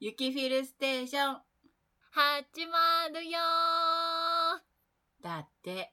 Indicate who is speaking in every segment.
Speaker 1: 雪フィルステーション。
Speaker 2: 始まるよ
Speaker 1: だって。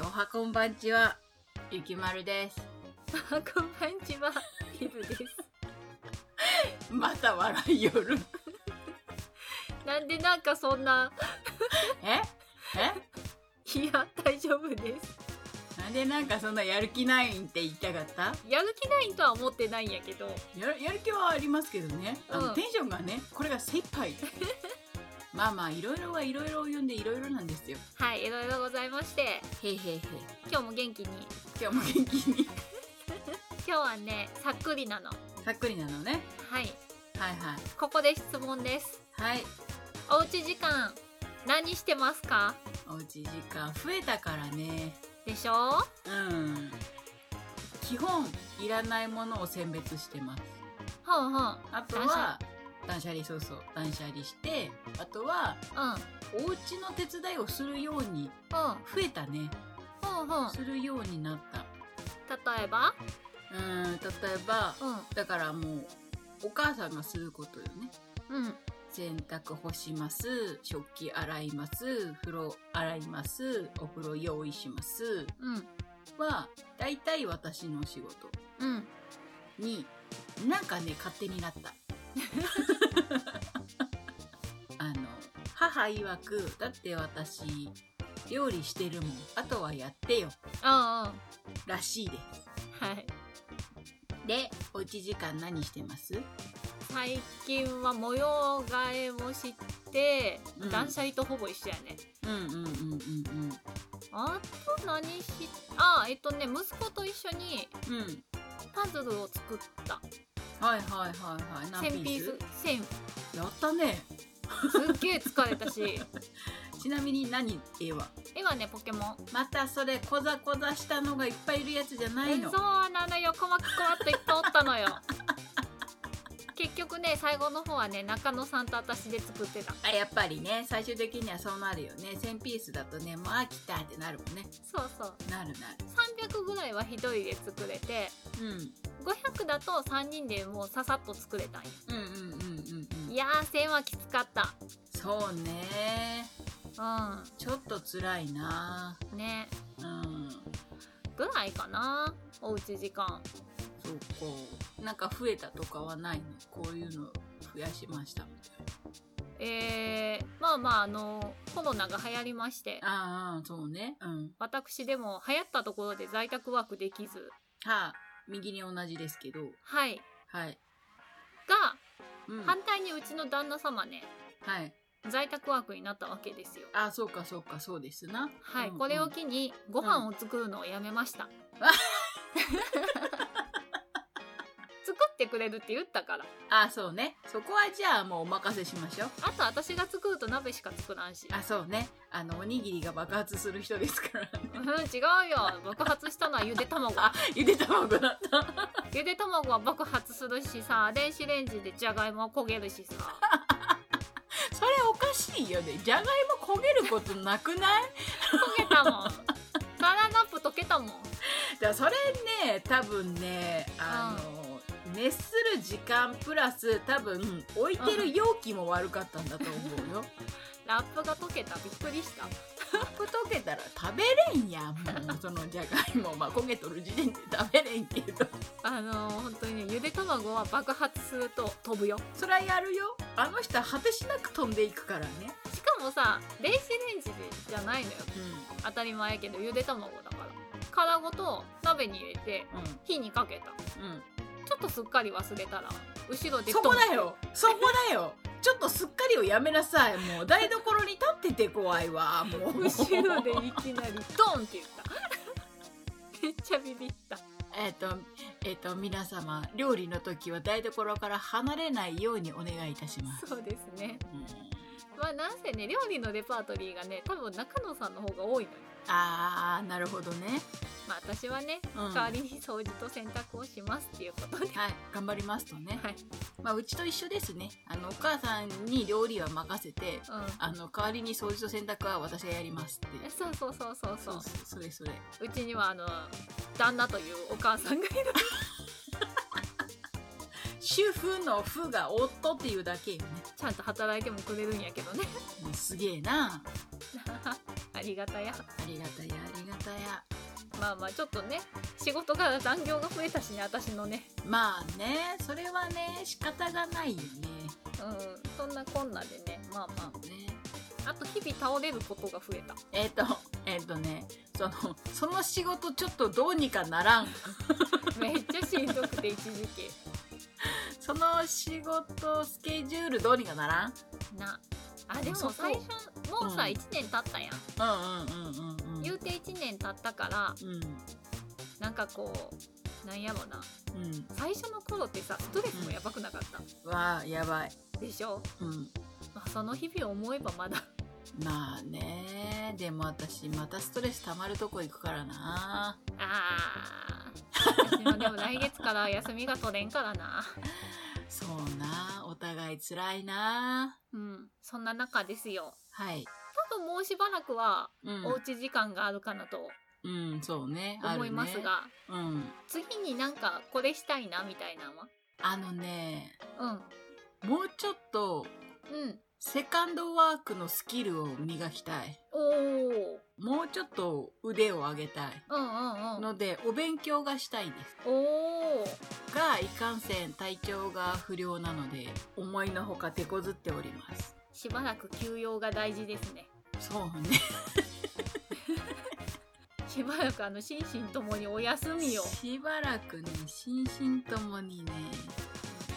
Speaker 1: おはこんばんちは、ゆきまるです。
Speaker 2: ーこんばんちは、リブです。
Speaker 1: また笑いよる。
Speaker 2: なんでなんかそんな、
Speaker 1: ええ
Speaker 2: いや、大丈夫です。
Speaker 1: なんでなんかそんなやる気ないんって言いたかった
Speaker 2: やる気ないとは思ってないんやけど、
Speaker 1: やるやる気はありますけどねあの、
Speaker 2: うん
Speaker 1: テンションがねこれが精一杯まあまあいろいろはいろいろを読んでいろいろなんですよ
Speaker 2: はい、いろいろございまして、
Speaker 1: へいへいへい
Speaker 2: 今日も元気に。
Speaker 1: 今日も元気に
Speaker 2: 今日はね、さっくりなの。
Speaker 1: さっくりなのね
Speaker 2: はい、
Speaker 1: はいはい
Speaker 2: ここで質問です。
Speaker 1: はい
Speaker 2: おうち時間、何してますか
Speaker 1: おうち時間増えたからね
Speaker 2: でしょ
Speaker 1: うん基本いらないものを選別してます
Speaker 2: ほんほん。
Speaker 1: あとは断捨離そうそう断捨離してあとは
Speaker 2: うん。
Speaker 1: お家の手伝いをするように
Speaker 2: う
Speaker 1: 増
Speaker 2: ん。
Speaker 1: えたね
Speaker 2: ほんほん。
Speaker 1: するようになった
Speaker 2: 例えば
Speaker 1: うん例えば
Speaker 2: う
Speaker 1: だからもうお母さんがすることよね
Speaker 2: ん。うん。
Speaker 1: 洗濯干します食器洗います風呂洗いますお風呂用意します
Speaker 2: うん。
Speaker 1: は大体私の仕事
Speaker 2: うん。
Speaker 1: になんかね勝手になった あの母曰くだって私料理してるもんあとはやってよ
Speaker 2: うんうん。
Speaker 1: らしいで
Speaker 2: はい。
Speaker 1: すでおうち時間何してます
Speaker 2: 最近は模様替えもして、
Speaker 1: うん
Speaker 2: 断捨離とほぼ一緒やね。
Speaker 1: うんうんうんうん
Speaker 2: あと何し、あ、えっとね、息子と一緒に
Speaker 1: うんうん
Speaker 2: パズルを作った。
Speaker 1: はいはいはいはい。何
Speaker 2: 1000ピース、1000。
Speaker 1: やったね。
Speaker 2: すっげえ疲れ たし。
Speaker 1: ちなみに何絵は
Speaker 2: 今ね、ポケモン。
Speaker 1: またそれこざこざしたのがいっぱいいるやつじゃな
Speaker 2: え
Speaker 1: い
Speaker 2: そ
Speaker 1: の。
Speaker 2: うなのよ、細かく細っといっぱいおったのよ。 結局ね、最後の方はね、中野さんと私で作ってた。
Speaker 1: あやっぱりね最終的にはそうなるよね1000ピースだとねもう飽きたってなるもんね
Speaker 2: そうそう。
Speaker 1: なるなる
Speaker 2: 300ぐらいは一人で作れて、500だと3人でもうささっと作れたんよ。
Speaker 1: うんうんうんうんうんう
Speaker 2: い
Speaker 1: ん
Speaker 2: やー線はきつかった
Speaker 1: そうね
Speaker 2: う
Speaker 1: ちょっと辛いなん
Speaker 2: ね
Speaker 1: うん
Speaker 2: ぐらいかなおうち時間
Speaker 1: そうこうなんか増えたとかはないのこういうの増やしましたみたい
Speaker 2: えー、まあまああのコロナが流行りまして
Speaker 1: なああそうねうん
Speaker 2: 私でも流行ったところで在宅ワークできず
Speaker 1: はあ右に同じですけど
Speaker 2: はい
Speaker 1: はい、う
Speaker 2: が
Speaker 1: ん、
Speaker 2: 反対にうちの旦那様ね
Speaker 1: はい。
Speaker 2: 在宅ワークになったわけですよ
Speaker 1: あ、そうかそうかそうですな。
Speaker 2: はい、
Speaker 1: うんうん
Speaker 2: これを機にご飯を作るのをやめました、 作ってくれるって言ったから
Speaker 1: あ、そうね。そこはじゃあもうお任せしましょう。
Speaker 2: あと私が作ると鍋しか作らんし
Speaker 1: あ、そうね。あのおにぎりが爆発する人ですから ね。
Speaker 2: うん、違うよ爆発したのはゆで卵
Speaker 1: あ、ゆで卵だった。
Speaker 2: ゆで卵は爆発するしさ電子レンジでじゃがいもは焦げるしさ
Speaker 1: それおかしいよね。じゃがいも焦げることなくない？
Speaker 2: 焦げたもんサランラップ溶けたもん
Speaker 1: だからそれね、多分ね、あの。熱する時間プラス多分置いてる容器も悪かったん だと思うよ。
Speaker 2: ラップが溶けたびっくりした
Speaker 1: く溶けたら食べれんやんも うそのじゃがいもまあ焦げとる時点で食べれんけど
Speaker 2: あのー、本当にねゆで卵は爆発すると飛ぶよ
Speaker 1: そりゃやるよあの人は果てしなく飛んでいくからね、
Speaker 2: しかもさ電子レンジでじゃないのよ
Speaker 1: う
Speaker 2: 当たり前やけどゆで卵だから殻ごと鍋に入れて
Speaker 1: ん
Speaker 2: 火にかけた
Speaker 1: うん
Speaker 2: ちょっとすっかり忘れたら後ろで
Speaker 1: そ
Speaker 2: ドン
Speaker 1: こだよそこだよちょっとすっかりをやめなさいもう台所に立ってて怖いわも う
Speaker 2: 後ろでいきなりドンって言った めっちゃビビった
Speaker 1: えっとえっ、と皆様料理の時は台所から離れないようにお願いいたします、
Speaker 2: そうですね
Speaker 1: うん
Speaker 2: まあなんせね料理のレパートリーがね多分中野さんの方が多いのよ
Speaker 1: あーなるほどね
Speaker 2: まあ私はね、
Speaker 1: うん
Speaker 2: 代わりに掃除と洗濯をしますっていうことで
Speaker 1: はい頑張りますとね、
Speaker 2: はい
Speaker 1: まあ、うちと一緒ですねあのお母さんに料理は任せて
Speaker 2: う
Speaker 1: あの代わりに掃除と洗濯は私がやりますって
Speaker 2: んそうそうそうそうそう
Speaker 1: そうそうそれそれ
Speaker 2: うちにはあの旦那というお母さんがいる
Speaker 1: 主婦の「夫が夫っていうだけよね
Speaker 2: ちゃんと働いてもくれるんやけどね
Speaker 1: もうすげえな
Speaker 2: ありがたや
Speaker 1: ありがたやありがたや
Speaker 2: まあまあちょっとね仕事が残業が増えたしね私のね
Speaker 1: まあねそれはね仕方がないよね
Speaker 2: うんそんなこんなでねまあま
Speaker 1: ね
Speaker 2: ああと日々倒れることが増えた
Speaker 1: えっ、とえっ、とねそのその仕事ちょっとどうにかならん
Speaker 2: めっちゃしんどくて一時期
Speaker 1: その仕事スケジュールどうにかならん
Speaker 2: なあでも
Speaker 1: そこ
Speaker 2: 最初もうさ、
Speaker 1: うん
Speaker 2: 1年経ったやん
Speaker 1: うんうんうんうんうん
Speaker 2: 言うて1年経ったから
Speaker 1: うん
Speaker 2: なんかこうなんやろな
Speaker 1: うん
Speaker 2: 最初の頃ってさストレスもやばくなかった、
Speaker 1: わあやばい
Speaker 2: でしょ、
Speaker 1: うん
Speaker 2: まあ、その日々思えばまだ
Speaker 1: まあねでも私またストレス溜まるとこ行くからな
Speaker 2: あー私もでも来月から休みが取れんからな
Speaker 1: そうなお互い辛いな
Speaker 2: うんそんな中ですよ
Speaker 1: はい
Speaker 2: 多分もうしばらくは
Speaker 1: うん
Speaker 2: おうち時間があるかなと
Speaker 1: うんそうねある
Speaker 2: 思
Speaker 1: ね
Speaker 2: いますが、
Speaker 1: うん
Speaker 2: 次になんかこれしたいなみたいなの
Speaker 1: あのね
Speaker 2: は
Speaker 1: もうちょっと
Speaker 2: うんうん
Speaker 1: セカンドワークのスキルを磨きたい
Speaker 2: おお
Speaker 1: もうちょっと腕を上げたい
Speaker 2: うんうんうん
Speaker 1: のでお勉強がしたいで
Speaker 2: おお
Speaker 1: すがいかんせん体調が不良なので思いのほか手こずっております
Speaker 2: しばらく休養が大事ですね
Speaker 1: そうね
Speaker 2: しばらくあの心身ともにお休みを、
Speaker 1: しばらくね心身ともにね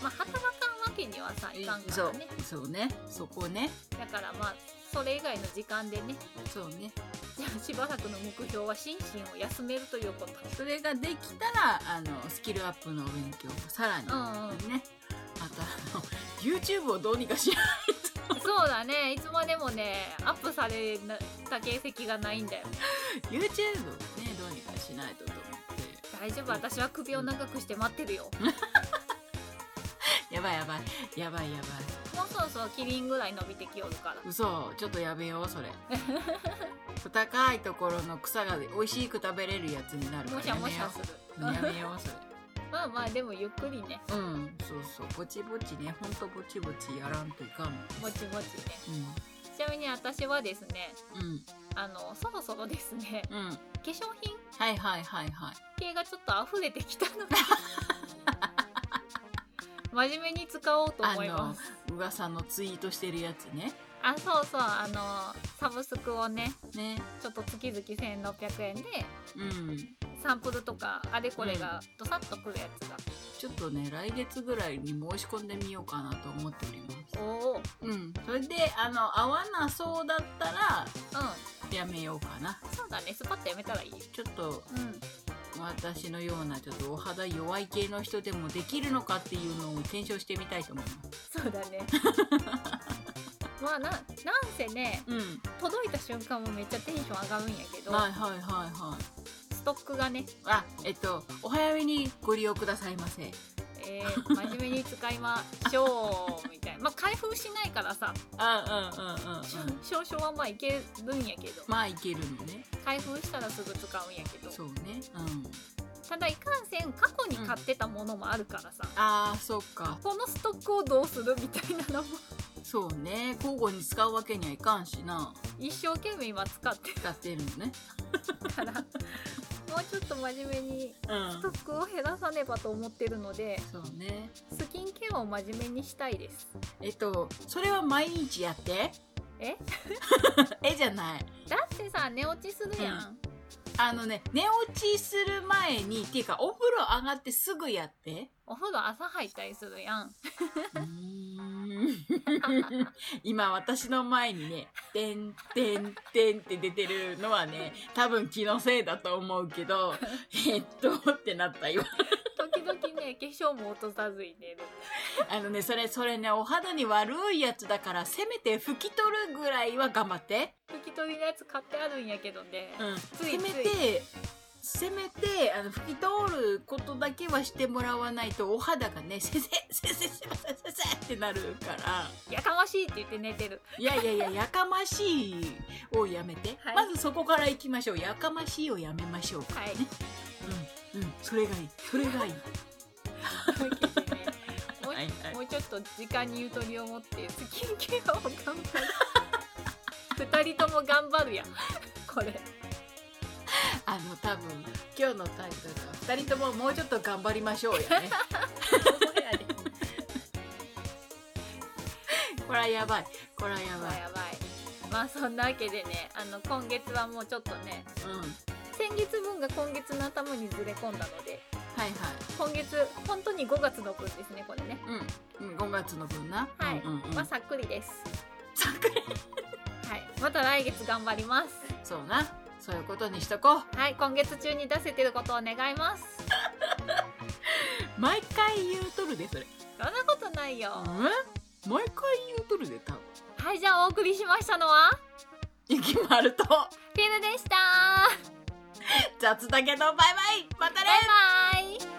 Speaker 2: まあ、働かんわけにはさいかんか
Speaker 1: そ
Speaker 2: ら
Speaker 1: う
Speaker 2: ね
Speaker 1: そうねそこね
Speaker 2: だからまあそれ以外の時間でね
Speaker 1: そうね
Speaker 2: じゃあしばらくの目標は心身を休めるということ
Speaker 1: それができたらあのスキルアップのお勉強をさらに
Speaker 2: うんうん
Speaker 1: ねあとあの YouTube をどうにかしない
Speaker 2: そうだねいつまでもねアップされた形跡がないんだよ
Speaker 1: YouTube をねどうにかしないとと思っ
Speaker 2: 大丈夫私は首を長くして待ってるよ
Speaker 1: てやばいやばいやばいやば
Speaker 2: もうそろそろキリンぐらい伸びてきよるから
Speaker 1: い嘘ちょっとやめようそ れ高いところの草が美味しく食べれるやつになるか
Speaker 2: も
Speaker 1: ら
Speaker 2: しゃもしゃする
Speaker 1: やめようやめようそれ
Speaker 2: まあまあでもゆっくりね
Speaker 1: うんそうそうぼちぼちねほんとぼちぼちやらんといかんの
Speaker 2: もちもちねちなみに私はですね
Speaker 1: うんうん
Speaker 2: あのそろそろですね
Speaker 1: うん
Speaker 2: 化粧品
Speaker 1: はいはいはいはい
Speaker 2: 系がちょっと溢れてき たので真面目に使おうと思います
Speaker 1: 噂のツイートしてるやつね
Speaker 2: あそうそうあのサブスクをね
Speaker 1: ね
Speaker 2: ちょっと月々1600円で
Speaker 1: うん
Speaker 2: サンプルとかあれこれがドサッとくるやつが、
Speaker 1: ちょっとね来月ぐらいに申し込んでみようかなと思っております
Speaker 2: おおうん
Speaker 1: うんそれであの合わなそうだったらやめようかな
Speaker 2: そうだねスパッとやめたらいい
Speaker 1: ちょっと
Speaker 2: うん
Speaker 1: 私のようなちょっとお肌弱い系の人でもできるのかっていうのを検証してみたいと思います
Speaker 2: そうだね まあななんせね
Speaker 1: うん
Speaker 2: 届いた瞬間もめっちゃテンション上がるんやけど、
Speaker 1: はいはいはいはい
Speaker 2: ストックがね、
Speaker 1: あえっとお早めにご利用くださいませ
Speaker 2: えー真面目に使いましょうみた いなまあ開封しないからさ
Speaker 1: あうんうんうんうん
Speaker 2: しょ少々はまあいけるんやけど
Speaker 1: まあいけるのね
Speaker 2: 開封したらすぐ使うんやけど
Speaker 1: そうねうん
Speaker 2: ただいかんせん過去に買ってたものもあるからさ、
Speaker 1: あーそっか
Speaker 2: このストックをどうするみたいなのも
Speaker 1: そうね交互に使うわけにはいかんしな
Speaker 2: 一生懸命今使って
Speaker 1: 使ってるのね
Speaker 2: るからもうちょっと真面目に
Speaker 1: うん
Speaker 2: ストックを減らさねばと思ってるので
Speaker 1: そうね
Speaker 2: スキンケアを真面目にしたいです
Speaker 1: えっとそれは毎日やって
Speaker 2: え
Speaker 1: えじゃない
Speaker 2: だってさ寝落ちするやん、
Speaker 1: あのね寝落ちする前にっていうかお風呂上がってすぐやって
Speaker 2: お風呂朝入ったりするやん
Speaker 1: うーん 今私の前にね「てんてんてん」って出てるの はね多分気のせいだと思うけど「えっと」ってなった今
Speaker 2: 時時々ね化粧も落とさずに寝る
Speaker 1: あのね、それ、それね、お肌に悪いやつだから、せめて拭き取るぐらいは頑張って。
Speaker 2: 拭き取りのやつ買ってあるんやけどね、
Speaker 1: うん。
Speaker 2: つい
Speaker 1: せめて、せめて、あの、拭き取ることだけはしてもらわないと、お肌がね、せせ、せせ、せせ、せせってなるから。
Speaker 2: やかましいって言って寝てる
Speaker 1: いやいやいや、やかましいをやめて。
Speaker 2: はい
Speaker 1: まずそこから行きましょう。やかましいをやめましょう。
Speaker 2: はい
Speaker 1: うん。うん。それがいい。それがいい。
Speaker 2: というわけでねもう
Speaker 1: はいはい
Speaker 2: もうちょっと時間にゆとりを持ってスキンケアを頑張る二人とも頑張るやんこれ
Speaker 1: あの、多分、今日のタイトルは、二人とももうちょっと頑張りましょう やね。 これはやばい。これはや
Speaker 2: やば
Speaker 1: ば
Speaker 2: い
Speaker 1: い。
Speaker 2: やばいまあそんなわけでねあの今月はもうちょっとね
Speaker 1: うん。はい
Speaker 2: 先月分が今月の頭にずれ込んだので
Speaker 1: はい。
Speaker 2: 今月本当に5月の分ですねこれね
Speaker 1: うん。うん、5月の分な。
Speaker 2: はい
Speaker 1: うんうんうん
Speaker 2: まあさっくりです
Speaker 1: さっくり
Speaker 2: はいまた来月頑張ります
Speaker 1: そうな。そういうことにしとこう。
Speaker 2: はい今月中に出せてることを願います
Speaker 1: 毎回言うとるで、それ。
Speaker 2: そんなことないよ
Speaker 1: うん毎回言うとるで、多分。
Speaker 2: はいじゃあお送りしましたのは
Speaker 1: ゆきまると、
Speaker 2: ピルでした
Speaker 1: 雑だけど、バイバイまたね
Speaker 2: バイバイ